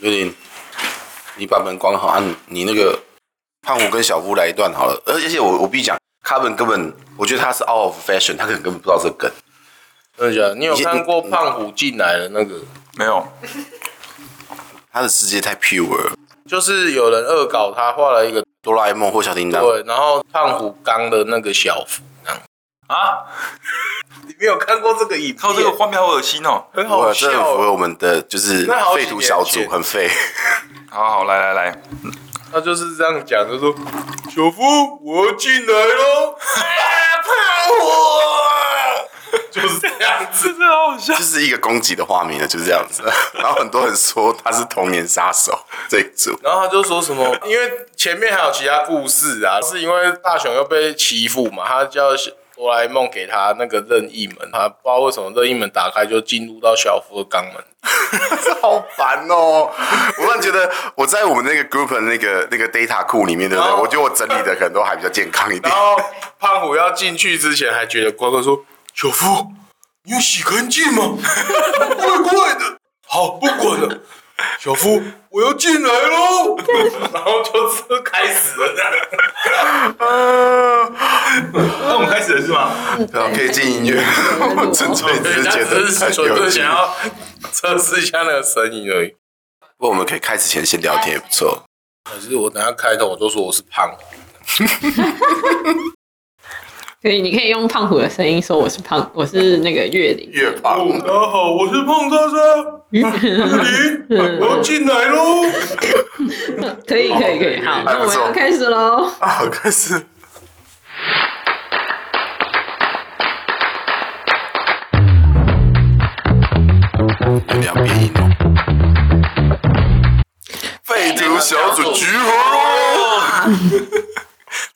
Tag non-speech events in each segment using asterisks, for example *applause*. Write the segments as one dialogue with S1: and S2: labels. S1: 有点，你把门关好啊！你你那个胖虎跟小夫来一段好了。而而且我我必须讲，卡本根本，我觉得他是 out of fashion，他可能根本不知道这个梗。
S2: 真的假的？你有
S1: 你先嗯
S2: 看过胖虎进来的那个？
S3: 没有，
S1: 他的世界太 pure 了。
S2: 就是有人恶搞他，画了一个
S1: 哆啦 A 梦或小叮当，
S2: 对，然后胖虎刚的那个小福，这样
S3: 啊，
S2: *laughs* 你没有看过这个影片？
S3: 靠这个画面好恶心哦！
S2: 很
S1: 我
S2: 好
S1: 这很符
S2: 笑
S1: 合，我们的就是
S2: 那好几
S1: 废土小组
S2: 年前
S1: 很废。 *laughs*
S3: 好好来来来，
S2: 他就是这样讲，就说小夫我进来 *laughs* 喽，
S1: 胖虎
S2: *laughs* 就是这样子。
S3: 真的好笑
S1: 就。是一个攻击的画面了，就是这样子。然后很多人说他是童年杀手这一组， *laughs*
S2: 然后他就说什么，因为前面还有其他故事啊，是因为大雄又被欺负嘛，他叫哆啦 A 梦给他那个任意门，他不知道为什么任意门打开就进入到小夫的肛门，
S1: 好烦哦！我突然觉得我在我们那个 group 的那个那个 data 库里面，对不对？
S2: 哦
S1: 我觉得我整理的可能都还比较健康一
S2: 然
S1: 点。
S2: 后胖虎要进去之前还觉得乖乖说：“小夫，你有洗干净吗？ *laughs* 怪怪的。”好， *laughs* 不管了，小夫，我要进来喽。 *laughs* 然后就是开始了，
S3: 啊那我们开始了是
S2: *laughs*
S3: 吗？
S1: 然啊后可以进音乐， *laughs* 我纯粹只是觉得
S2: 哦只是纯
S1: 很有
S2: 粹
S1: 趣
S2: 想。要测试一下那个声音而已。
S1: 不过我们可以开始前先聊天也不错。
S2: 可是我等下开头我就说我是胖虎，
S4: 所以你可以用胖虎的声音说我是胖，我是那个月龄。
S1: 越胖，
S2: 大
S3: 哦
S2: 家好，我是胖莎 *laughs*
S3: *laughs*
S2: 莎，你我要进来喽。
S4: 可以可以可以，好，
S1: 还
S4: 那
S1: 不
S4: 我们
S1: 错
S4: 要开始喽。
S1: 啊，可是有两边一弄。废土小组集合喽！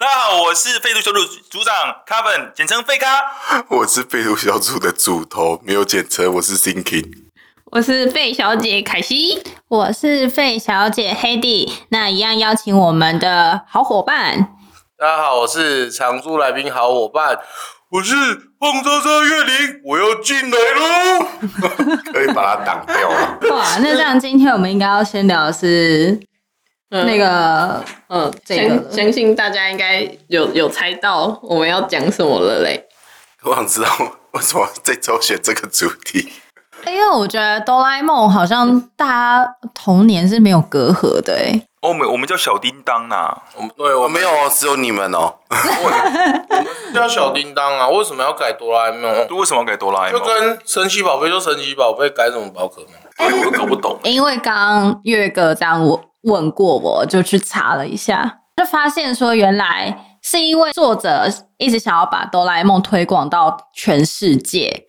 S3: 那好，我是废土小组组长 Kevin，简称废咖。
S1: 我是废土小组的主头，没有简称，我是 Thinking。
S4: 我是贝小姐凯西，
S5: 我是费小姐黑弟，那一样邀请我们的好伙伴，
S2: 大家好，我是常驻来宾好伙伴，我是胖莎莎月玲，我要进来喽。
S1: 可以把它挡掉啊 *laughs* 了。
S5: *laughs* 哇，那这样今天我们应该要先聊的是那
S4: 那
S5: 个，
S4: 嗯，
S5: 这个
S4: 相相信大家应该有有猜到我们要讲什么了嘞。
S1: 我想知道为什么这周选这个主题。
S5: 因为我觉得哆啦 A 梦好像大家童年是没有隔阂的、欸，
S3: 哦，我们我们叫小叮当啊呐、
S2: 我们对，
S1: 我
S2: 我
S1: 没
S2: 们
S1: 有哦，只有你们哦。
S2: 叫小叮当啊，为什么要改哆啦 A 梦？
S3: 就为什么要改哆啦 A
S2: 就
S3: 梦？
S2: 跟神奇宝贝就神奇宝贝，改什么宝可梦？
S3: 哎我都搞不懂。
S5: 因为刚刚月哥这样我问过我，就去查了一下，就发现说原来是因为作者一直想要把哆啦 A 梦推广到全世界。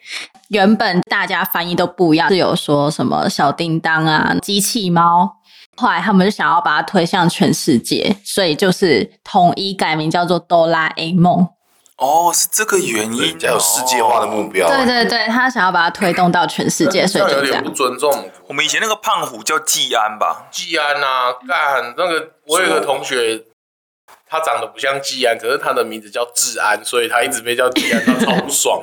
S5: 原本大家翻译都不一样，是有说什么小叮当啊、机器猫，后来他们就想要把它推向全世界，所以就是统一改名叫做哆啦 A 梦。
S3: 哦，是这个原因、哦
S1: 人家有世界化的目。标。
S5: 对对对，他想要把它推动到全世界，所
S2: 这样有
S5: 以就这
S2: 点
S5: 样
S2: 不。尊哎重我们
S3: 我们以前那个胖虎叫季安吧？
S2: 季安啊，干那个，我有一个同学，他长得不像季安，可是他的名字叫治安，所以他一直被叫季安，他超不
S3: *laughs*
S2: 爽，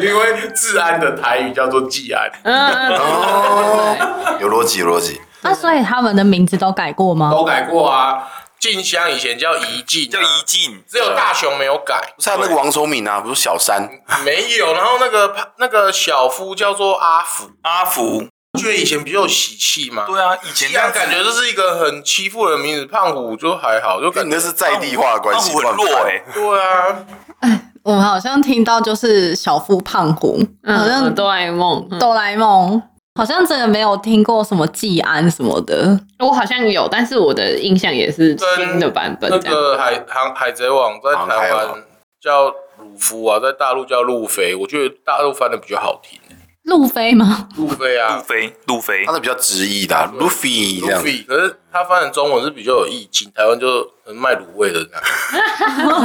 S2: 因为治安的台语叫做季安，
S4: 嗯嗯，
S1: 哦，有逻辑，有逻辑。
S5: 那所以他们的名字都改过吗？
S2: 都改过啊。静香以前叫怡静、啊
S3: 叫怡，静，
S2: 只有大雄没有改，
S1: 不是啊，那个王崇敏啊，不是小三，
S2: 没有。然后那个 *laughs* 那个小夫叫做阿福，
S3: 阿福。
S2: 觉得以前比较有喜气嘛。
S3: 对啊，以前
S2: 既
S3: 这样
S2: 然
S3: 子
S2: 感觉这是一个很欺负人的名字，胖虎就还好，就
S1: 因为
S2: 感
S1: 你
S2: 觉
S1: 那是在地化的关系，
S3: 胖虎很弱
S1: 欸
S3: 哎、
S2: 对啊，
S5: 我们好像听到就是小夫胖虎，好像
S4: 嗯，哆啦 A 梦，嗯
S5: 哆啦 A 梦，好像真的没有听过什么季安什么的。
S4: 我好像有，但是我的印象也是
S2: 跟
S4: 新的版本
S2: 那
S4: 这样。
S2: 个海航海贼王在
S1: 航海
S2: 台
S1: 王
S2: 湾叫鲁夫啊，在大陆叫路飞，我觉得大陆翻的比较好听。
S5: 路飞吗？
S2: 路飞啊
S3: 路，飞，路飞
S1: 他，是比较直译的啊，Luffy
S2: 路
S1: 这样。
S2: 飞，可是他翻成中文是比较有意境，台湾就很卖卤味的那样。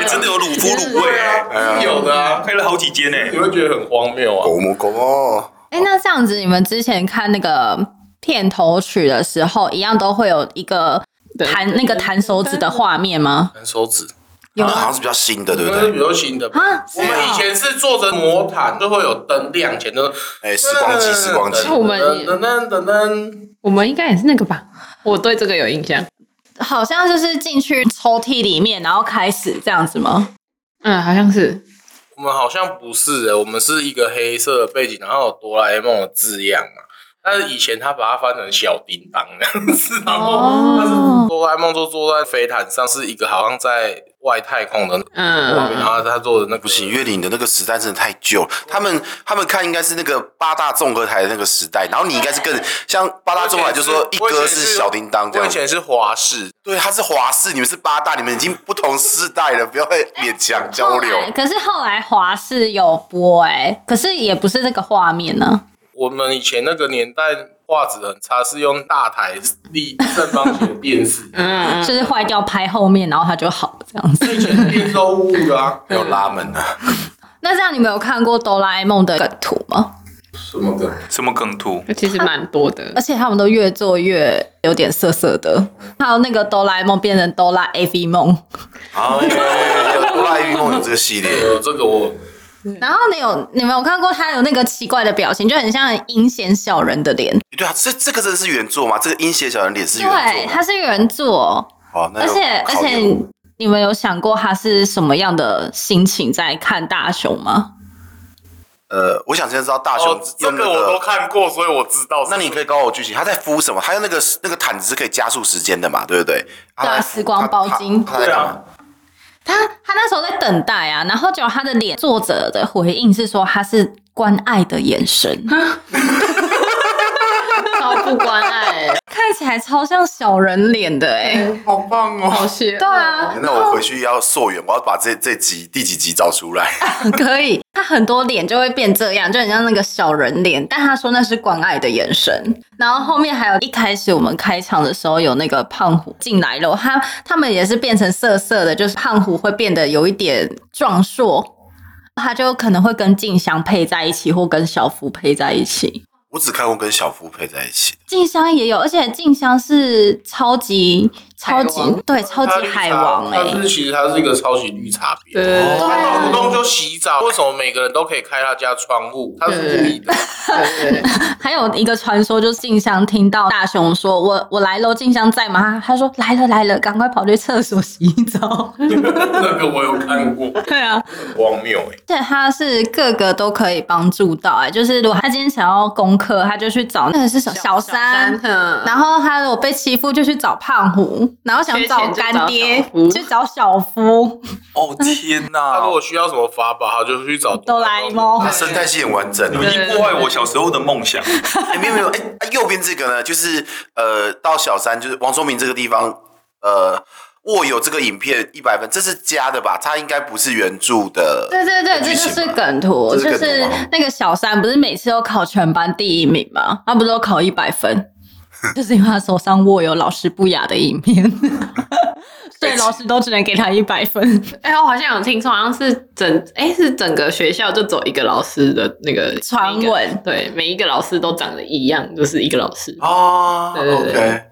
S3: 哎真的有鲁夫鲁味哎、
S2: 啊，有的啊，
S3: 开了好几间哎、
S2: 你会觉得很荒谬啊。
S1: 狗么狗哦么，
S5: 哎、那这样子，你们之前看那个片头曲的时候，一样都会有一个
S4: 对
S5: 弹那个弹手指的画面吗？
S2: 弹手指，
S1: 那好像是比较新的，对不
S2: 那是
S1: 对？
S2: 流行的吧。
S5: 啊，是
S2: 我们以
S5: 哦
S2: 前是坐着魔毯，就会有灯亮前的
S1: 哎，时光机，时光机
S4: 那，我们也
S2: 噔噔噔噔，
S4: 我们应该也是那个吧？我对这个有印象。
S5: 好像就是进去抽屉里面，然后开始这样子吗？
S4: 嗯，好像是。
S2: 我们好像不是、欸，我们是一个黑色的背景，然后有哆啦 A 梦的字样嘛。但是以前他把它翻成小叮当那样子，然后但是哆啦 A 梦就坐在飞毯上，是一个好像在外太空的画面，
S4: 嗯，
S2: 然后他做的那个
S1: 不行，因为你的那个时代真的太旧了。他们他们看应该是那个八大综合台的那个时代，然后你应该是更像八大综合台，就说一哥是小叮当这
S2: 我以
S1: 样。
S2: 前是华视，
S1: 对，他是华视，你们是八大，你们已经不同世代了，不要再
S5: 哎
S1: 勉强交流
S5: 后。来可是后来华视有播哎、可是也不是这个画面呢、
S2: 我们以前那个年代画质很差，是用大台立正方形的电视，
S5: 就是坏掉拍后面，然后它就好了这样子。
S2: 以前是电视都雾的啊，
S1: 没有拉门啊，
S5: 那这样你们有看过哆啦 A 梦的梗图吗？
S2: 什么的。
S3: 什么梗图？
S4: 其实蛮多的
S5: *laughs* 而。且他们都越做越有点涩涩的，还有那个哆啦 A 梦变成哆啦 A V 梦。
S1: 啊，有有有哆啦 A 梦有这个系列，
S2: 有这个我
S5: 然后你有你们有看过他有那个奇怪的表情，就很像阴险小人的脸。
S1: 对啊，这这个真的是原作吗？这个阴邪小人脸是原
S5: 对，
S1: 作吗？
S5: 他是原作，
S1: 哦，那
S5: 而
S1: 有
S5: 且而
S1: 考验
S5: 且你们有想过他是什么样的心情在看大雄吗？
S1: 呃，我想先知道大雄
S2: 哦，这
S1: 用那
S2: 个我都看过，所以我知道是什
S1: 那
S2: 么。
S1: 你可以告诉我剧情，他在敷什么？他用那个那个毯子是可以加速时间的嘛，对不对？
S5: 对啊
S1: 他在
S5: 时光包巾
S1: 他他他在干嘛？
S2: 啊
S5: 他他那时候在等待啊，然后结果他的脸，作者的回应是说他是关爱的眼神，
S4: 超不关爱、
S5: 看起来超像小人脸的哎、
S2: 好棒哦！
S4: 好邪恶。
S5: 对啊，
S1: 那我回去要溯源，我要把这这集第几集找出来。 *laughs*
S5: 可以，他很多脸就会变这样，就很像那个小人脸，但他说那是关爱的眼神。然后后面还有一开始我们开场的时候有那个胖虎进来了，他他们也是变成色色的，就是胖虎会变得有一点壮硕。他就可能会跟静香配在一起，或跟小夫配在一起。
S1: 我只看过跟小夫配在一起的，
S5: 静香也有，而且静香是超级超级
S4: 海王
S5: 对超级海王哎、
S2: 它是其实它是一个超级绿茶婊，
S4: 对对
S2: 它动不动就洗澡，为什么每个人都可以开他家窗户？他是故意的，
S4: 对对对，
S5: 还有一个传说，就是静香听到大雄说：“我我来喽，静香在吗？”他他说：“来了来了，赶快跑去厕所洗澡。
S2: *laughs* 那个我有看过，”
S5: 对啊，
S2: 很荒谬哎。
S5: 而且他是各个都可以帮助到、哎，就是如果他今天想要功课，他就去找那个是什么小三。
S4: 嗯，
S5: 然后他如果被欺负，就去找胖虎；然后想找干爹
S4: 缺钱就找小，夫
S5: 去找小夫。
S3: 哦天
S2: 他
S3: 哪
S2: 如！果需要什么法宝，他就去找
S5: 哆啦 A 梦
S1: 他生态系很完整。
S3: 你破坏我小时候的梦想。
S1: 哎没有没有，哎、啊右边这个呢，就是呃，到小三就是王聪明这个地方，呃，握有这个影片一百分，这是加的吧？它应该不是原著的。
S5: 对对对，这
S1: 剧
S5: 就
S1: 情
S5: 是
S1: 吧
S5: 梗图，
S1: 这
S5: 就是
S1: 梗
S5: 是
S1: 图吗
S5: 那个小三不是每次都考全班第一名吗？他不是都考一百分，
S1: *laughs*
S5: 就是因为他手上握有老师不雅的
S1: *laughs*
S5: 影 *laughs* 片，所以老师都只能给他一百分。
S4: 哎、我好像有听说，好像是整哎、是整个学校就走一个老师的那个
S5: 传闻
S4: 每一个对，每一个老师都长得一样，就是一个老师。
S1: 哦
S4: 对对对
S1: OK，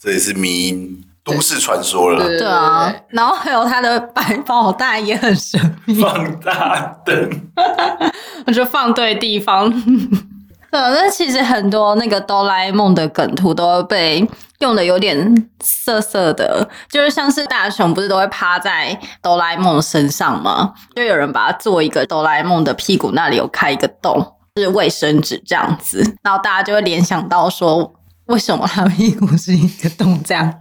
S1: 这也是迷因都市传说了啦。
S5: 对啊，然后还有他的百宝袋也很神秘，
S3: 放大灯，
S5: 我就放对地方。对，那其实很多那个哆啦 A 梦的梗图都被用的有点涩涩的，就是像是大雄不是都会趴在哆啦 A 梦身上吗？就有人把它做一个哆啦 A 梦的屁股那里有开一个洞，就是卫生纸这样子，然后大家就会联想到说，为什么他屁股是一个洞这样？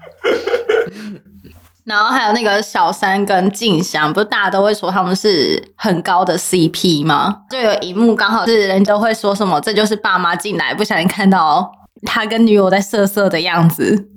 S5: 然后还有那个小三跟静香，不是大家都会说他们是很高的 CP 吗？就有一幕刚好是人都会说什么，这就是爸妈进来不小心看到他跟女友在色色的样子，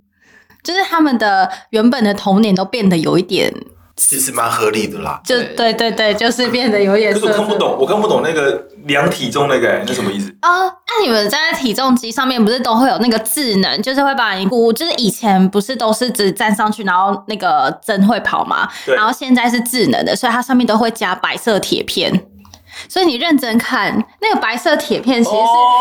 S5: 就是他们的原本的童年都变得有一点，
S1: 其实蛮合理的啦。
S5: 就
S4: 对
S5: 对对对，就是变得有一点
S3: 可是
S5: 色
S3: 我
S5: 色
S3: 看不懂，我看不懂那个量体重那个、欸，那什么意思？
S5: 啊、那你们在体重机上面不是都会有那个智能，就是会把你估，就是以前不是都是只站上去，然后那个针会跑嘛，
S3: 对
S5: 然后现在是智能的，所以它上面都会加白色铁片。所以你认真看那个白色铁片，其实是、
S1: 哦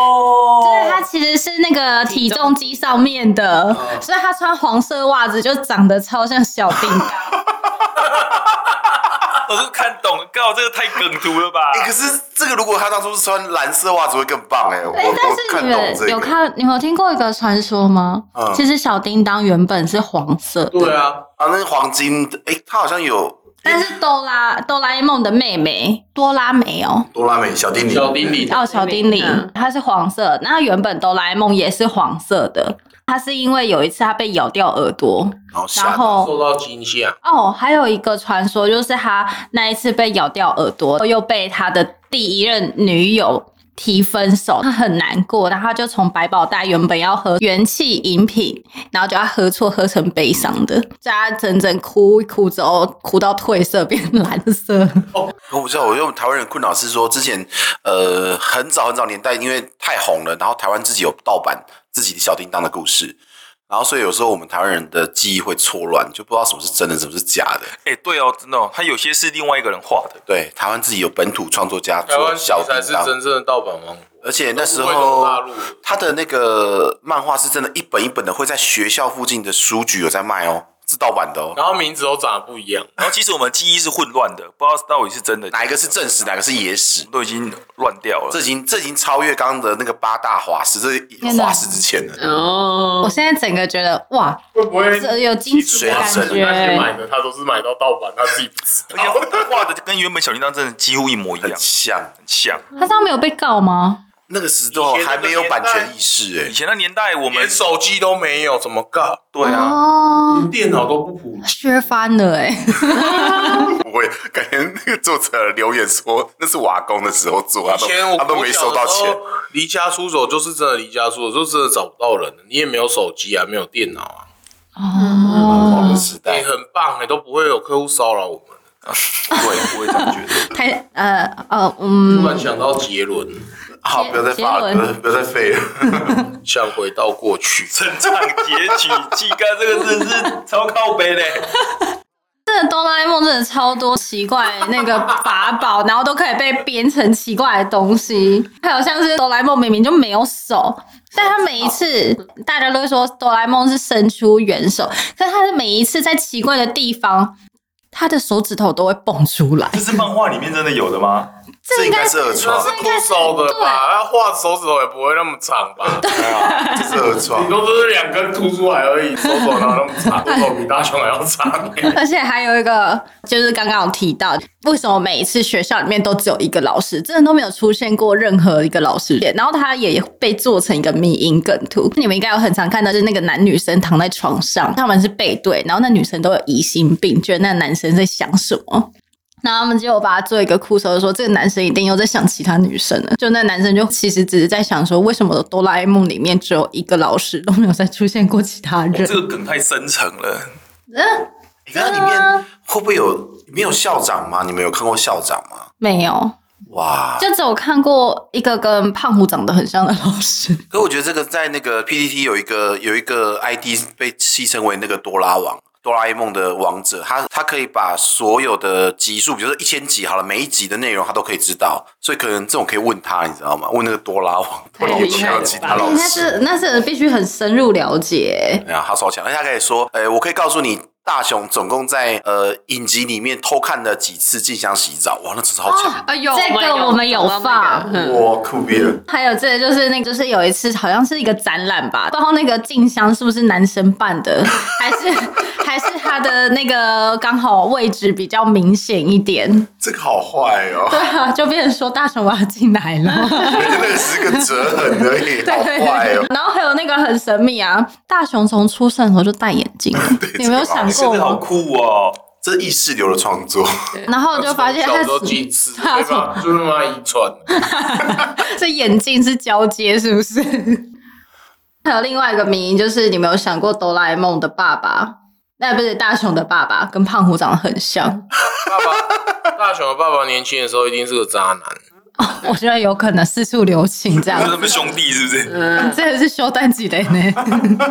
S5: 就是它其实是那个体重机上面
S1: 哦
S5: 的，
S1: *laughs*
S5: 所以他穿黄色袜子就长得超像小叮当。
S3: 我都看懂，靠，这个太梗图了吧？
S1: 哎，可是这个如果他当初是穿蓝色袜子会更棒哎，我
S5: 哎、
S1: 我
S5: 但是
S1: 看
S5: 你
S1: 懂这
S5: 们有
S1: 个。
S5: 看，你们有听过一个传说吗？
S1: 嗯
S5: 其实小叮当原本是黄色的，
S2: 对啊，
S1: 啊，那个黄金的，哎，他好像有
S5: 但是哆啦哆啦 A 梦的妹妹多拉美哦，
S1: 哆啦美小叮铃，
S2: 小丁里
S5: 哦小叮铃
S4: 嗯，
S5: 它是黄色。那原本哆啦 A 梦也是黄色的，它是因为有一次它被咬掉耳朵，
S1: 然后吓
S5: 然
S1: 到
S5: 后
S2: 受到惊吓，
S5: 哦，还有一个传说就是他那一次被咬掉耳朵，又被他的第一任女友提分手，他很难过，然后他就从百宝袋原本要喝元气饮品，然后就要喝错，喝成悲伤的，叫他整整哭一哭之后，哭到褪色变蓝色。
S1: 我不知道，我用台湾人的困扰是说，之前呃很早很早年代，因为太红了，然后台湾自己有盗版自己的小叮当的故事，然后所以有时候我们台湾人的记忆会错乱，就不知道什么是真的，什么是假的。
S3: *laughs* 哎、对哦，真的、哦，他有些是另外一个人画的。
S1: 对，台湾自己有本土创作家
S2: 台
S1: 做
S2: 湾
S1: 小
S2: 才
S1: 叮
S2: 是
S1: 当，
S2: 真正的盗版王国。
S1: 而且那时
S2: 都不会走大
S1: 候
S2: 陆
S1: 他的那个漫画是真的，一本一本的会在学校附近的书局有在卖哦，是盗版的哦。
S2: 然后名字都长得不一样，
S3: 然后其实我们记忆是混乱的，不知道到底是真的，
S1: 哪一个是正史，哪个是野史？
S3: 都已经乱掉了。
S1: 这已经这已经超越刚刚的那个八大华师，这
S5: 天
S1: 是
S5: 哪
S1: 华师之前的。
S5: 我
S4: 哦，
S5: 现在整个觉得哇，
S2: 会不会
S5: 这有惊喜的感
S1: 水
S5: 觉。
S2: 那些买的他都是买到盗版，他自己不知
S3: 而且
S2: 道。
S3: 他画的跟原本小叮当真的几乎一模一
S1: *laughs* 很
S3: 样，很
S1: 像，
S3: 像。
S5: 他这样没有被告吗？
S1: 那个时候还没有版权意识哎、
S3: 以前那年代，我
S2: 我
S3: 们
S2: 们手机都没有，怎么告？
S3: 对啊，
S5: 哦，
S2: 电脑都不普及，
S5: 削翻了哎、
S1: 不会，感觉那个作者留言说那是瓦工的时候做，
S2: 以
S1: 他
S2: 前
S1: 们
S2: 我
S1: 他们没收到钱。，
S2: 离家出走就是真的离家出走，就真的找不到人了。你也没有手机啊，没有电脑啊，
S5: *laughs*
S1: 网络
S5: 哦，
S1: 时
S2: 你
S1: 代，
S2: 很棒哎，都不会有客户骚扰我们。
S3: 对，我也这样觉得。
S5: 太呃呃嗯
S2: 突然想到杰伦，
S1: *laughs* 好，不要再发
S5: 杰
S1: 了，
S5: 伦
S1: 不要再废了。
S2: 想回到过去。
S3: 成长截取器，干这个真的是超靠背嘞。
S5: 真的哆啦 A 梦真的超多奇怪的那个法宝，然后都可以被编成奇怪的东西。还有像是哆啦 A 梦明明就没有手，但他每一次大家都会说哆啦 A 梦是伸出援手，可是他的每一次在奇怪的地方，他的手指头都会蹦出来。
S3: 这是漫画里面真的有的吗？
S1: 这应
S5: 应
S1: 该
S5: 该
S1: 是二
S2: 那
S1: 创
S2: 是，空手的吧？他画手指头也不会那么长吧？ *laughs*
S1: 这是二
S2: 顶
S1: 创。
S2: 多只是两根凸出来而已，手指头哪有那么 *laughs* 长？手指头比大熊还要 *laughs* 长、欸。
S5: *laughs* 而且还有一个，就是刚刚有提到，为什么每一次学校里面都只有一个老师，真的都没有出现过任何一个老师。然后他也被做成一个迷因梗图，你们应该有很常看到，就是那个男女生躺在床上，他们是背对，然后那女生都有疑心病，觉得那男生在想什么。那他们就把他做一个酷手，就说这个男生一定又在想其他女生了。就那男生就其实只是在想说，为什么哆啦 A 梦里面只有一个老师都没有再出现过其他人？
S3: 这个梗太深层了。
S5: 嗯，
S1: 你看里面会不会有没有校长吗？你们有看过校长吗？
S5: 没有。
S1: 哇！
S5: 就只有看过一个跟胖虎长得很像的老 *laughs* 师，
S1: 可我觉得这个在那个 PPT 有一个有一个 ID 被戏称为那个多拉王。哆啦 A 梦的王者，他他可以把所有的集数，比如说一千集好了，每一集的内容他都可以知道，所以可能这种可以问他，你知道吗？问那个哆啦王，
S4: 太厉害
S1: 多拉
S4: 了吧
S1: 王其他老
S5: 那
S1: 师，
S5: 是那是必须很深入了解。
S1: 哎呀，他超强，而且他可以说，呃，我可以告诉你，大雄总共在呃影集里面偷看了几次静香洗澡，哇，那真是好强，
S4: 哎呦，
S5: 这个
S4: my god，
S5: ，Oh 我们有
S4: 找到那个
S5: 放
S4: 嗯
S1: 哇，酷毙了！
S5: 还有这个就是那个，就是有一次好像是一个展览吧，然后那个静香是不是男生扮的，还 *laughs* 是还是他的那个刚好位置比较明显一点？
S1: 这个好坏哦，
S5: *laughs* 对啊，就变成说大雄把他进来 *laughs* 了。
S1: 那个是个折痕而已，好坏哦。
S5: 然后还有那个很神秘啊，大雄从出生的时候就戴眼镜， *laughs* 你有没有想
S1: 这
S5: 过
S3: 真的好
S5: 吗？
S3: 酷哦！
S1: 这是意识流的创作， *laughs*
S5: 然后就发现他
S2: 小时候
S5: 死
S2: 近视，对吧？就是妈遗传。
S5: *laughs* 这眼镜是交接是不是？还有另外一个迷因，就是你没有想过哆啦 A 梦的爸爸，那不是大雄的爸爸，跟胖虎长得很像。
S2: 爸爸，大雄的爸爸年轻的时候一定是个渣男，
S5: 我觉得有可能四处留情这样
S3: 就是他们兄弟是不是？
S4: 嗯，
S5: *laughs* 真的是修蛋鸡的呢。 *laughs*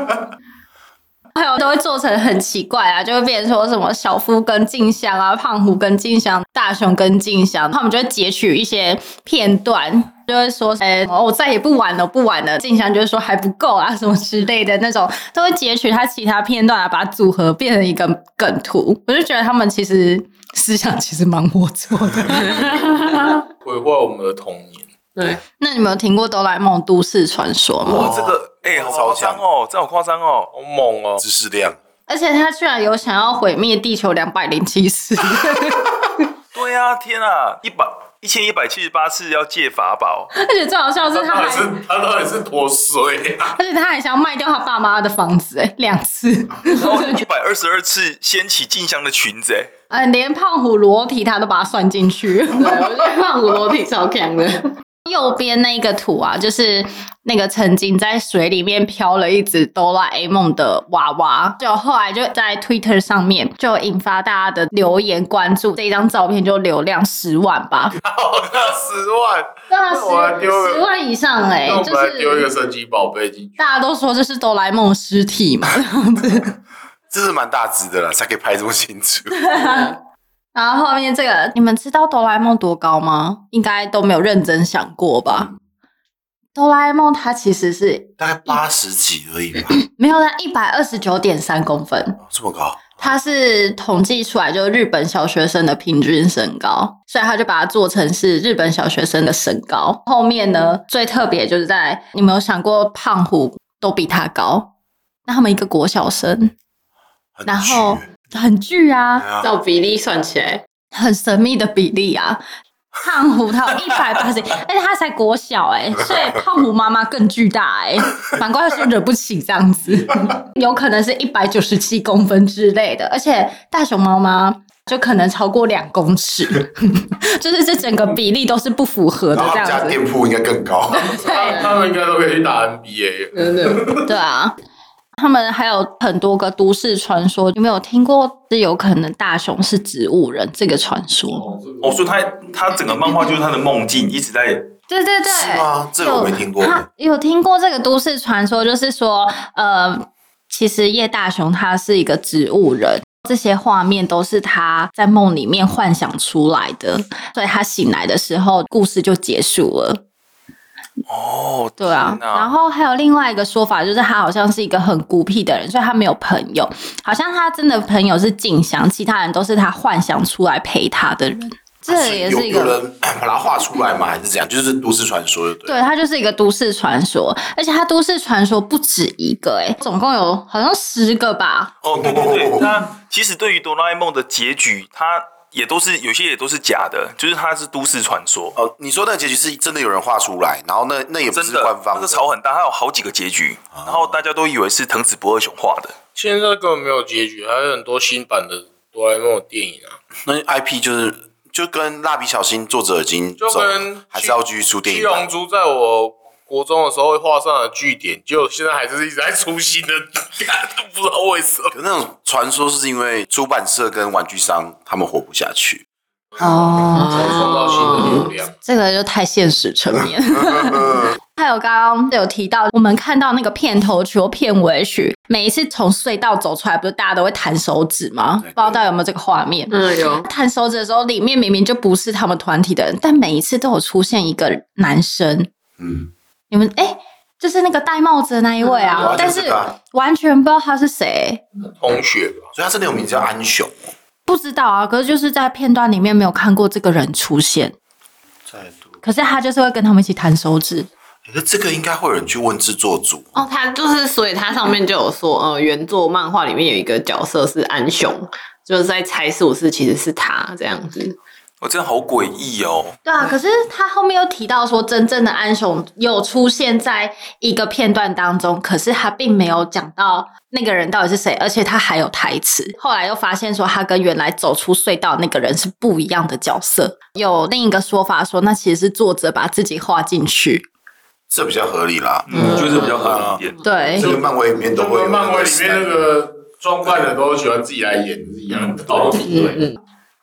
S5: 还有都会做成很奇怪啊，就会变成说什么小夫跟静香啊，胖虎跟静香，大雄跟静香，他们就会截取一些片段，就会说，哎、哦，我再也不玩了，不玩了。静香就会说还不够啊，什么之类的那种，都会截取他其他片段来啊把它组合变成一个梗图。我就觉得他们其实思想其实蛮龌龊的。 *laughs*
S2: 毁坏我们的童年。
S4: 对，
S5: 那你们有听过《哆啦 A 梦都市传说》吗？
S1: 哇，这个
S3: 哎、好
S1: 超
S3: 夸张
S1: 强，
S3: 哦，这好夸张哦。
S2: 好猛哦！
S1: 知识量。
S5: 而且他居然有想要毁灭地球两百零七次， *laughs*
S3: 对啊，天啊，一百一千一百七十八次要借法
S5: *laughs*
S3: 宝，
S5: 而且最好笑的是他
S2: 到
S5: 还
S2: 底，是他到底是多衰啊？
S5: 而且他还想要卖掉他爸妈的房子、哎，两次，
S3: 然后一百二十二次掀起静香的裙子、哎，
S5: 呃，连胖虎裸体他都把它算进
S4: 对
S5: 去。
S4: 我觉得胖虎裸体超强的，
S5: 右边那个图啊，就是那个曾经在水里面飘了一只哆啦 A 梦的娃娃，就后来就在 Twitter 上面就引发大家的留言关注，这一张照片就流量十万
S4: *laughs*
S5: 吧，
S2: 好，那十万，
S5: 对啊，
S2: 那我来
S5: 十
S2: 丢个
S5: 十万以上哎、
S2: 那我
S5: 就
S2: 们来丢一个
S5: 是
S2: 神奇宝贝进去。
S5: 大家都说这是哆啦 A 梦尸体嘛， *laughs* 这样子。
S1: 这是蛮大只的啦，才可以拍这么清
S5: *laughs*
S1: 楚。
S5: 然后后面这个，你们知道哆啦 A 梦多高吗？应该都没有认真想过吧。哆啦 A 梦它其实是
S1: 嗯大概八十几而已吧，
S5: *clears throat* 没有它一百二十九点三公分，
S1: 哦这么高，
S5: 它是统计出来就是日本小学生的平均身高，所以他就把它做成是日本小学生的身高。后面呢，
S1: 嗯
S5: 最特别就是在你们有想过胖虎都比他高，那他们一个国小生，
S1: 很
S5: 然后
S1: 巨
S5: 很巨啊，
S1: 对啊
S4: 照比例算起来，
S5: 很神秘的比例啊。胖虎他有一百八十，而且他才国小哎、所以胖虎妈妈更巨大哎、难怪说惹不起这样子，有可能是一百九十七公分之类的，而且大熊猫妈就可能超过两公尺， *laughs* 就是这整个比例都是不符合的
S1: 然后
S5: 这
S1: 他们家
S5: 样子，
S1: 店铺应该更
S5: *laughs*
S1: 高。
S2: 他他们应该都可以去打 NBA。
S4: 真的。
S5: 对啊。他们还有很多个都市传说，有没有听过？是有可能大熊是植物人这个传说？
S3: 我说哦他他整个漫画就是他的梦境，一直在
S5: 对对对，
S1: 是吗？这个我没听过。
S5: 他有听过这个都市传说，就是说，呃，其实叶大雄他是一个植物人，这些画面都是他在梦里面幻想出来的，所以他醒来的时候，故事就结束了。
S3: 哦，
S5: 对啊，
S3: 天哪
S5: 然后还有另外一个说法，就是他好像是一个很孤僻的人，所以他没有朋友，好像他真的朋友是静香，其他人都是他幻想出来陪他的人。这也是一
S1: 啊有有
S5: 个
S1: 人把它画出来吗？还是怎样？就是都市传说，对了。
S5: 对，它就是一个都市传说，而且它都市传说不止一个、欸，总共有好像十个吧。
S3: 哦，对对对，那其实对于哆啦 A 梦的结局，它也都是有些也都是假的，就是它是都市传说，
S1: 哦，你说那个结局是真的有人画出来，然后那那也不
S3: 真
S1: 是
S3: 的
S1: 官，方啊
S3: 那个潮很大，它有好几个结局，然后大家都以为是藤子不二雄画的。
S2: 现在根本没有结局，还有很多新版的哆啦 A 梦的电影啊，
S1: 那 IP 就是就跟蜡笔小新作者已经
S2: 就
S1: 走了
S2: 跟
S1: 还是要继续出电
S2: 七
S1: 影版
S2: 龙珠在我国中的时候画上了句点，结果现在还是一直在出新的， *laughs* 都不知道为什么。
S1: 可是那种传说是因为出版社跟玩具商他们活不下去，
S5: 哦，
S2: 才创造新的流量。
S5: 这个就太现实层
S1: *laughs*
S5: 面。还有刚刚有提到，我们看到那个片头曲或片尾曲，每一次从隧道走出来，不是大家都会弹手指吗？不知道大家有没有这个画面？
S4: *laughs* 嗯，有
S5: 弹手指的时候，里面明明就不是他们团体的人，但每一次都有出现一个男生。
S1: 嗯，
S5: 你们哎、就是那个戴帽子的那一位
S1: 嗯
S5: 啊，
S1: 我
S5: 但
S1: 就是知道
S5: 完全不知道他是谁。
S2: 同学吧，
S1: 所以他真的有名叫安雄哦。
S5: 不知道啊，可是就是在片段里面没有看过这个人出现，
S1: 再读，
S5: 可是他就是会跟他们一起弹手指。
S1: 可是这个应该会有人去问制作组，
S4: 哦，他就是，所以他上面就有说，呃，原作漫画里面有一个角色是安雄，就是在猜是不是其实是他这样子。
S3: 我、哦真的好诡异哦！
S5: 对啊，可是他后面又提到说，真正的安雄有出现在一个片段当中，可是他并没有讲到那个人到底是谁，而且他还有台词。后来又发现说，他跟原来走出隧道那个人是不一样的角色。有另一个说法说，那其实是作者把自己画进去。
S1: 这比较合理啦。
S3: 嗯，就是比较合理一点。
S5: 对，
S1: 这个漫威里面都
S2: 就
S1: 会有
S2: 跟哎漫威里
S1: 时代
S2: 面那个装扮的都喜欢自己来演是一样的道理。
S4: 嗯嗯，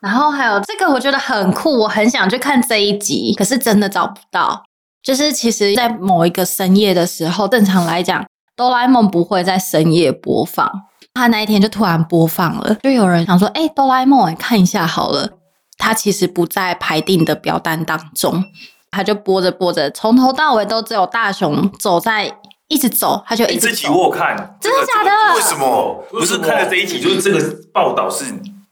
S5: 然后还有这个，我觉得很酷，我很想去看这一集，可是真的找不到。就是其实，在某一个深夜的时候，正常来讲，哆啦 A 梦不会在深夜播放，他那一天就突然播放了，就有人想说：“哎、哆啦 A 梦，看一下好了。”他其实不在排定的表单当中，他就播着播着，从头到尾都只有大雄走在一直走，他就一
S3: 你
S5: 直
S3: 这集
S5: 走。
S3: 我有看，
S5: 真的
S3: 这个
S5: 假的
S1: 为什么？
S3: 不是看了这一集，就是这个报道是，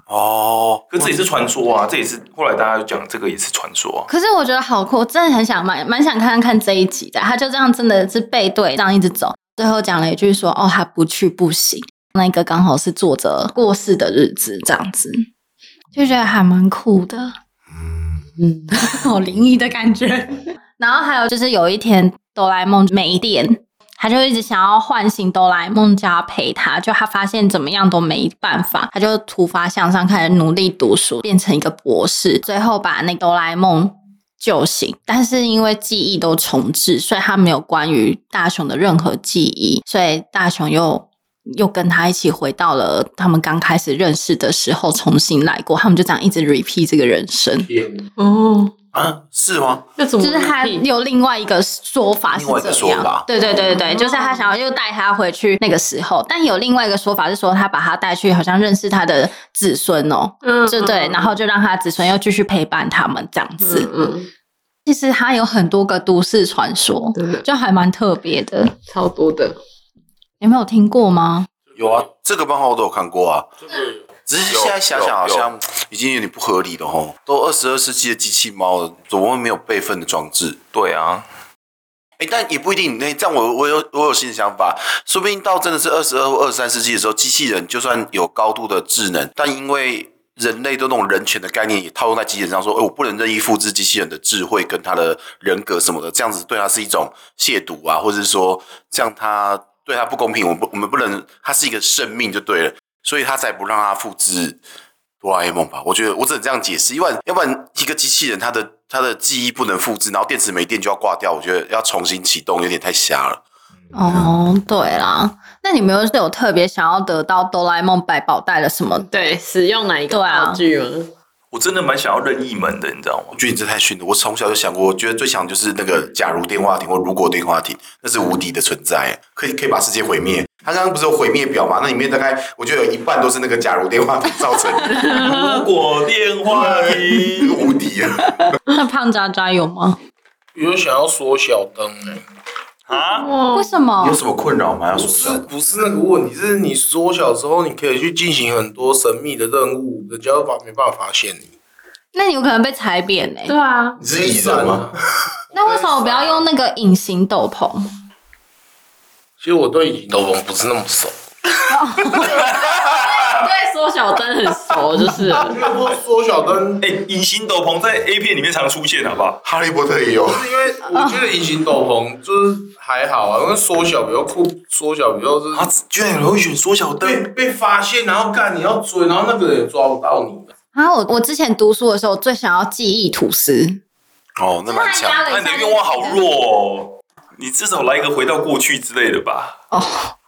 S1: 哦，
S3: 可这也是传说啊，这也是后来大家就讲这个也是传说啊。
S5: 可是我觉得好酷，我真的很想蛮蛮想看看这一集的。他就这样真的是背对这样一直走，最后讲了一句说：“哦，他不去不行。”那个刚好是作者过世的日子，这样子就觉得还蛮酷的。
S4: 嗯，
S5: *laughs* 好灵异的感 *laughs* 觉。然后还有就是有一天哆啦 A 梦没电，他就一直想要唤醒哆啦 A 梦叫他陪他，就他发现怎么样都没办法，他就突发向上，开始努力读书，变成一个博士，最后把那个哆啦 A 梦。救醒，但是因为记忆都重置，所以他没有关于大雄的任何记忆，所以大雄又又跟他一起回到了他们刚开始认识的时候，重新来过。他们就这样一直 repeat 这个人生。
S4: 嗯
S2: 天，
S4: 哦，
S1: 啊，是吗？
S4: 这怎么
S5: 就是他有另外一个说法是
S1: 嗯另外一个
S5: 这
S1: 说
S5: 样
S1: 法，
S5: 对对对对，就是
S4: 哦
S5: 他想要又带他回去那个时候，但有另外一个说法是说他把他带去，好像认识他的子孙哦，
S4: 嗯
S5: 对对，然后就让他子孙又继续陪伴他们这样
S4: 嗯
S5: 子。
S4: 嗯，
S5: 其实他有很多个都市传说，
S4: 真的
S5: 就还蛮特别的，
S4: 超多的，
S5: 你没有听过吗？
S1: 有啊，这个漫画我都有看过啊。只是
S2: 有
S1: 现在想想，好
S2: 有有
S1: 像已经有点不合理了吼。都二十二世纪的机器猫了，怎么会没有备份的装置？
S3: 对啊，
S1: 哎，但也不一定。那这样我我有我有新的想法，说不定到真的是二十二或二十三世纪的时候，机器人就算有高度的智能，但因为人类都那种人权的概念也套用在机器人上，说，哎，我不能任意复制机器人的智慧跟他的人格什么的，这样子对他是一种亵渎啊，或者是说这样他对他不公平，我不我们不能，他是一个生命就对了，所以他才不让他复制哆啦 A 梦吧？我觉得我只能这样解释，要不然要不然一个机器人它的它的记忆不能复制，然后电池没电就要挂掉，我觉得要重新启动有点太瞎了。嗯
S5: 哦，对啦，那你们有有特别想要得到哆啦 A 梦百宝袋了什么？
S4: 对，使用哪一个
S5: 对啊
S4: 道具吗？
S3: 我真的蛮想要任意门的，你知道吗
S1: 我？觉得你这太逊了，我从小就想过，我觉得最强就是那个假如电话亭或如果电话亭，那是无敌的存在，可以可以把世界毁灭。他刚刚不是有毁灭表嘛？那里面大概我觉得有一半都是那个假如电话亭造成的，
S5: 嗯
S3: 如果电话
S1: 那个
S3: 亭，
S1: 无敌了。
S5: 那胖渣渣有吗？
S2: 有想要缩小灯哎、
S3: 啊，
S5: 为什么
S1: 有？什么困扰吗？要说
S2: *laughs* 是不是那个问题？是你缩小之后，你可以去进行很多神秘的任务，人家法没办法发现你。
S5: 那你有可能被踩扁欸呢、
S4: 对啊，
S1: 你是蚁人吗？？
S5: 那为什么不要用那个隐形斗篷？
S2: 其实我对影斗篷不是那么熟，
S4: 对，缩小灯很熟，就是了
S2: 因为说缩小灯，
S3: 哎，隐形斗篷在 A 片里面常出现，好不好？
S1: 哈利波特也有。
S2: 因为我觉得隐形斗篷就是还好啊，因为缩小比较酷，缩小比较是
S3: 啊，居然有人会选缩小
S2: 被
S3: 灯，
S2: 被发现，然后干你要追，然后那个人也抓不到你。
S5: 啊，我我之前读书的时候，最想要记忆吐司。
S1: 哦，那蛮强的。
S5: 了
S3: 那你的愿望好。弱哦。你至少来一个回到过去之类的吧。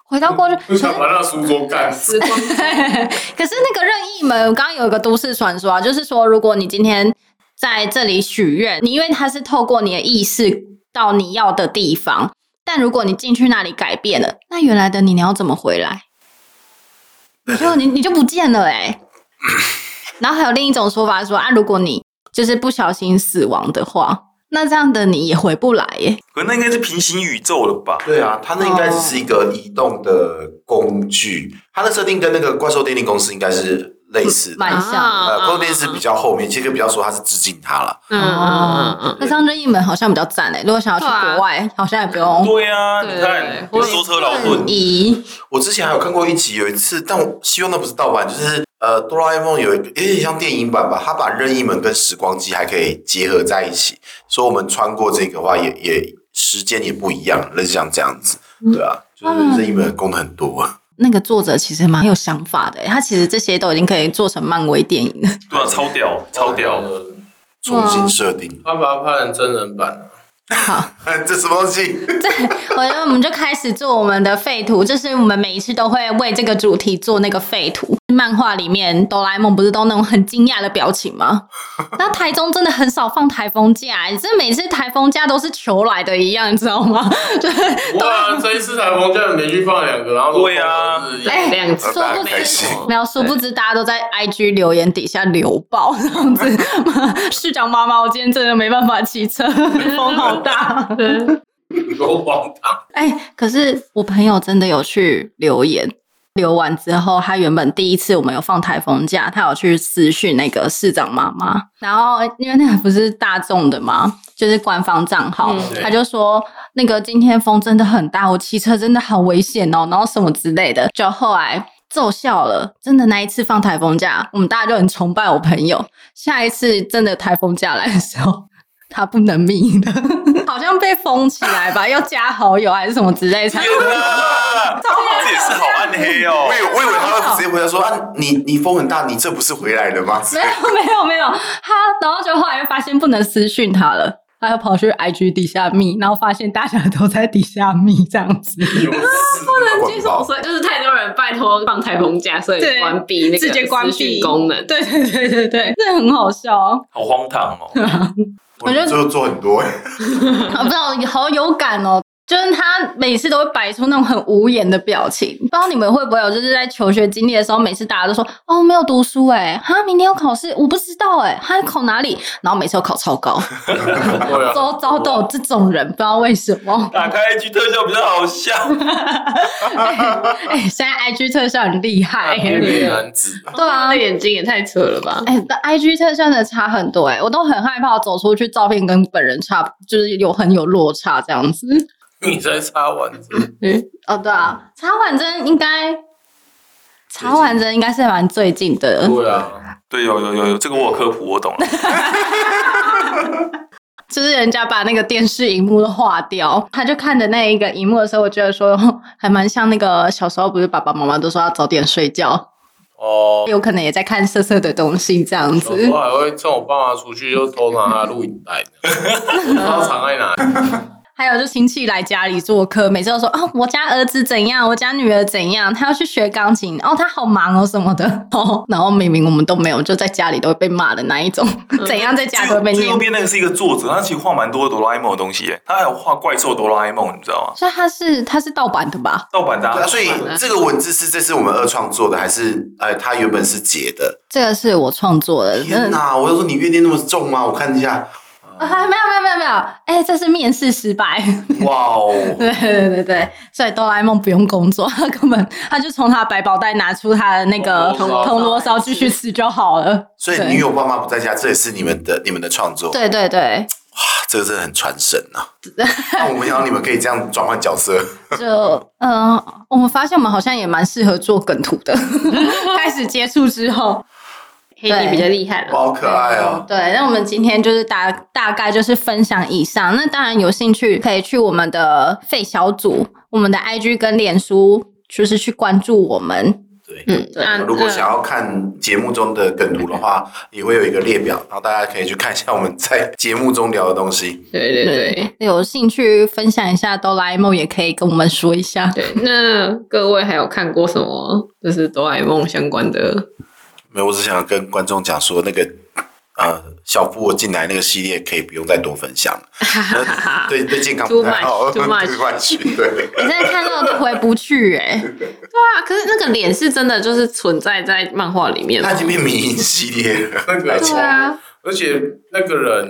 S5: 回到过去，可是
S2: 想把那书桌干死。
S4: 时光
S5: 可是那个任意门，我刚刚有一个都市传说啊，就是说，如果你今天在这里许愿，你因为它是透过你的意识到你要的地方，但如果你进去那里改变了，那原来的你你要怎么回来？你就你你就不见了哎、然后还有另一种说法是说啊，如果你就是不小心死亡的话，那这样的你也回不来耶、
S3: 可那应该是平行宇宙了吧？
S1: 对啊，它那应该只是一个移动的工具，它的设定跟那个怪兽电力公司应该是类似的。
S5: 蛮像的
S4: 啊
S1: 呃，怪兽电力是比较后面，其实可以比较说它是致敬它了。
S4: 嗯嗯嗯
S5: 哦
S4: 啊
S5: 那这样任意门好像比较赞哎、如果想要去国外，好像也不用
S3: 对啊，
S4: 对
S3: 你看
S4: 我
S3: 舟车劳顿
S5: 瞬，移。
S1: 我之前还有看过一集，有一次，但我希望那不是盗版，就是呃，哆啦 A 梦有一个有点像电影版吧，它把任意门跟时光机还可以结合在一起，所以我们穿过这个的话也，也时间也不一样，类似像这样子，对啊，就是任意门的功能很多啊。
S5: 那个作者其实蛮有想法的欸、他其实这些都已经可以做成漫威电 *laughs* 影了。
S3: 对啊，超屌，超屌。
S1: 重新设定， *laughs*
S2: 他把它拍成真人版了。
S5: 好，
S1: 这什么东西？
S5: 我觉得我们就开始做我们的废图，就是我们每一次都会为这个主题做那个废图，漫画里面哆啦 A 梦不是都那种很惊讶的表情吗？那台中真的很少放台风假、欸，这每次台风假都是求来的一样，你知道吗？ *laughs* 就是
S2: 哇，这一次台风假连续放两个，然后都
S3: 对啊
S2: 放了日
S4: 哎
S5: 哎，
S4: 两次
S5: 殊
S1: 呃大
S5: 不
S1: 家开
S5: 知
S1: 心
S5: 没有，殊不知大家都在 IG 留言底下留爆这样子。 *laughs* 市长妈妈，我今天 *laughs* 真的没办法骑车，风好大。
S2: 有荒唐，
S5: 哎、可是我朋友真的有去留言，留完之后，他原本第一次我们有放台风假，他有去私讯那个市长妈妈，然后因为那个不是大众的嘛，就是官方账号，
S2: 嗯
S5: 他就说那个今天风真的很大，我骑车真的好危险哦，然后什么之类的，就后来。奏效了，真的那一次放台风假，我们大家就很崇拜我朋友。下一次真的台风假来的时候， *laughs* 他不能命 *laughs* 的，好像被封起来吧，要加好友还是什么之 *laughs* 类才。
S3: 啊这也是好暗黑哦
S1: 我。以为我以为他会直接回答说啊，你你风很大，你这不是回来了吗？
S5: 没有没有没有，他然后就后来发现不能私讯他了。他又跑去 IG 底下密，然后发现大家都在底下密这样子，
S2: 有事
S1: 广告
S4: 所以就是太多人拜托放台风假，所以
S5: 对
S4: 关闭那个
S5: 直接关
S4: 私讯
S5: 闭
S4: 功能。
S5: 对对对对对， *laughs* 这很好笑、哦，
S3: 好荒唐哦！
S5: 我觉得
S1: 就做很
S5: *laughs*
S1: 多，
S5: 我啊不知道好有感哦。就是他每次都会摆出那种很无言的表情，不知道你们会不会有？就是在求学经历的时候，每次大家都说哦没有读书哎、哈明天要考试，我不知道哎、他考哪里？然后每次都考超高，
S2: 对啊，
S5: 周遭都有这种人，不知道为什么。
S3: 打开 IG 特效比较好笑， *laughs*
S5: 哎、现在 IG 特效很厉害、
S2: 天美男子，
S5: 对啊
S4: 他的，眼睛也太扯了吧！
S5: 哎、那 IG 特效真的差很多哎、我都很害怕我走出去，照片跟本人差，就是有很有落差这样子。
S2: 你在擦丸子，
S5: 哦，对啊，茶碗针应该，茶碗针应该是蛮最近的，
S2: 对啊，
S3: 对，有有有有，这个我有科普，我懂了。啊
S5: 就是人家把那个电视荧幕都划掉，他就看着那一个荧幕的时候，我觉得说 *laughs* 哼还蛮像那个小时候，不是爸爸妈妈都说要早点睡觉，
S2: 哦，
S5: 有可能也在看色色的东西这样
S2: 有时
S5: 子
S2: 候。还会趁我爸妈出去就偷拿他的录影 *laughs* 带呢，我超常爱拿。
S5: 还有就亲戚来家里做客，每次都说啊、我家儿子怎样，我家女儿怎样，他要去学钢琴，哦，他好忙哦什么的，哦，然后明明我们都没有，就在家里都会被骂的那一种， *laughs* 怎样在家都会被
S3: 最
S5: 念
S3: 右。边那个是一个作者，他其实画蛮多哆啦 A 梦的东西耶，他还有画怪兽哆啦 A 梦，你知道吗？
S5: 所以他是他是盗版的吧？
S3: 盗版的啊、
S1: 对啊所以这个文字是这是我们二创作的，还是呃他原本是截的？
S5: 这个是我创作的，
S1: 天
S5: 真的
S1: 哪！我就说你阅历那么重吗？我看一
S5: *laughs*
S1: 下，
S5: 啊，没有没有没有没有，哎、这是面试失败。 *laughs*
S1: 哇哦！
S5: 对对对对，所以哆啦 A 梦不用工作， *laughs* 他根本他就从他的百宝袋拿出他的那个
S2: 铜
S5: 铜
S2: 锣烧
S5: 铜锣烧继续吃就好了。
S1: 所以
S5: 对
S1: 女友爸妈不在家，这也是你们的你们的创作，
S5: 对对对，
S1: 这个真的很传神啊！
S5: *laughs*
S1: 那我没想到你们可以这样转换角色，
S5: 就嗯、呃我们发现我们好像也蛮适合做梗图的。 *laughs* 开始接触之后，
S4: 黑弟比较厉害
S1: 哇，
S4: 了，
S1: 好可爱哦！
S5: 对，那我们今天就是大大概就是分享以上。那当然有兴趣可以去我们的费小组、我们的 IG 跟脸书，就是去关注我们。
S1: 对，
S4: 嗯，
S5: 对
S1: 呃
S4: 那
S1: 如果想要看节目中的梗图的
S4: *laughs*
S1: 话，也会有一个列表，然后大家可以去看一下我们在节目中聊的东西。
S4: 对对对。
S5: 有兴趣分享一下哆啦 A 梦，也可以跟我们说一下。
S4: 对，那各位还有看过什么就是哆啦 A 梦相关的？
S1: 没有，我只想跟观众讲说，那个呃，小夫我进来那个系列可以不用再多分享了，
S4: *laughs*
S1: 对对健康不太好
S4: Too much, too much.
S1: *laughs* 对。
S5: 你真的看到都回不去哎、
S1: *laughs*
S4: 对啊，可是那个脸是真的就是存在在漫画里面
S1: 它已
S4: 的。
S1: 经变迷因系列
S4: *laughs*
S1: 了，
S2: 那个
S4: 对啊，
S2: 而且那个人，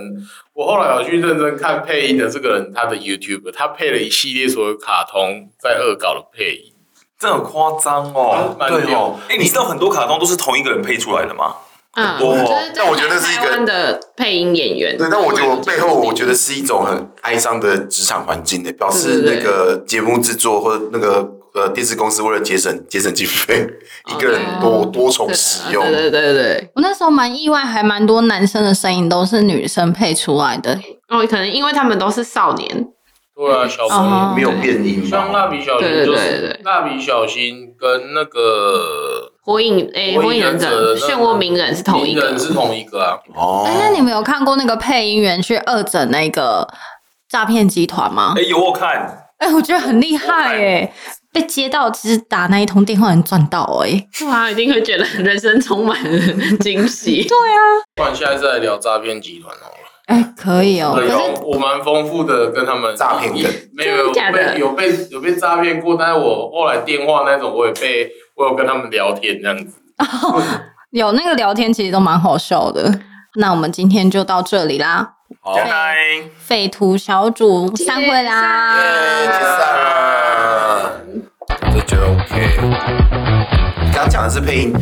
S2: 我后来有去认真看配音的这个人，他的 YouTube，他配了一系列所有卡通在恶搞的配音，
S3: 这很夸张哦，
S2: 蛮
S3: 对
S2: 屌
S3: 哦。哎、你知道很多卡通都是同一个人配出来的吗？
S4: 嗯，
S3: 多哦
S4: 就是
S1: 但我觉得是一个
S4: 台湾的配音演员。
S1: 对，但我觉得我背后我觉得是一种很哀伤的职场环境的，表示那个节目制作或者那个呃电视公司为了节省节省经费，
S4: 哦啊
S1: 一个人多多重使用，
S4: 对对啊对对，
S5: 我那时候蛮意外，还蛮多男生的声音都是女生配出来的。
S4: 哦，可能因为他们都是少年，
S2: 对啊，小
S5: 哦
S2: 朋
S1: 没有变音
S2: 像
S1: 嘛。
S2: 蜡笔小
S4: 对对
S2: 新
S4: 对
S2: 就是
S4: 对
S2: 蜡笔小新跟那个
S4: 火影诶，
S2: 火
S4: 哎火
S2: 影
S4: 影
S2: 忍
S4: 忍
S2: 者
S4: 者、
S2: 的那
S4: 漩涡鸣人是同一
S2: 鸣
S4: 个
S2: 人，是同一个啊，
S5: 哎、那你
S1: 哦，
S5: 们有看过那个配音员去二整那个诈骗集团吗
S3: 哎、？有我看，
S5: 哎、我觉得很厉害哎、被接到，其实打那一通电话能赚到哎、
S4: 哇，一定会觉得人生充满了惊喜。
S2: 不然下一次来聊诈骗集团好了。
S5: 哎、可以哦、
S2: 对，
S5: 可
S2: 有
S5: 是
S2: 我蛮丰富的跟他们
S1: 诈骗的
S2: 没有有
S4: 真的假的
S2: 被有被有被诈骗过，但是我后来电话那种我也被我有跟他们聊天这样子。
S5: 有那个聊天，其实都蛮好笑的。那我们今天就到这里啦，
S1: 好，
S3: 拜拜。
S5: 废土小组散会啦。
S1: 解散了，这觉得 OK。刚讲的是配音。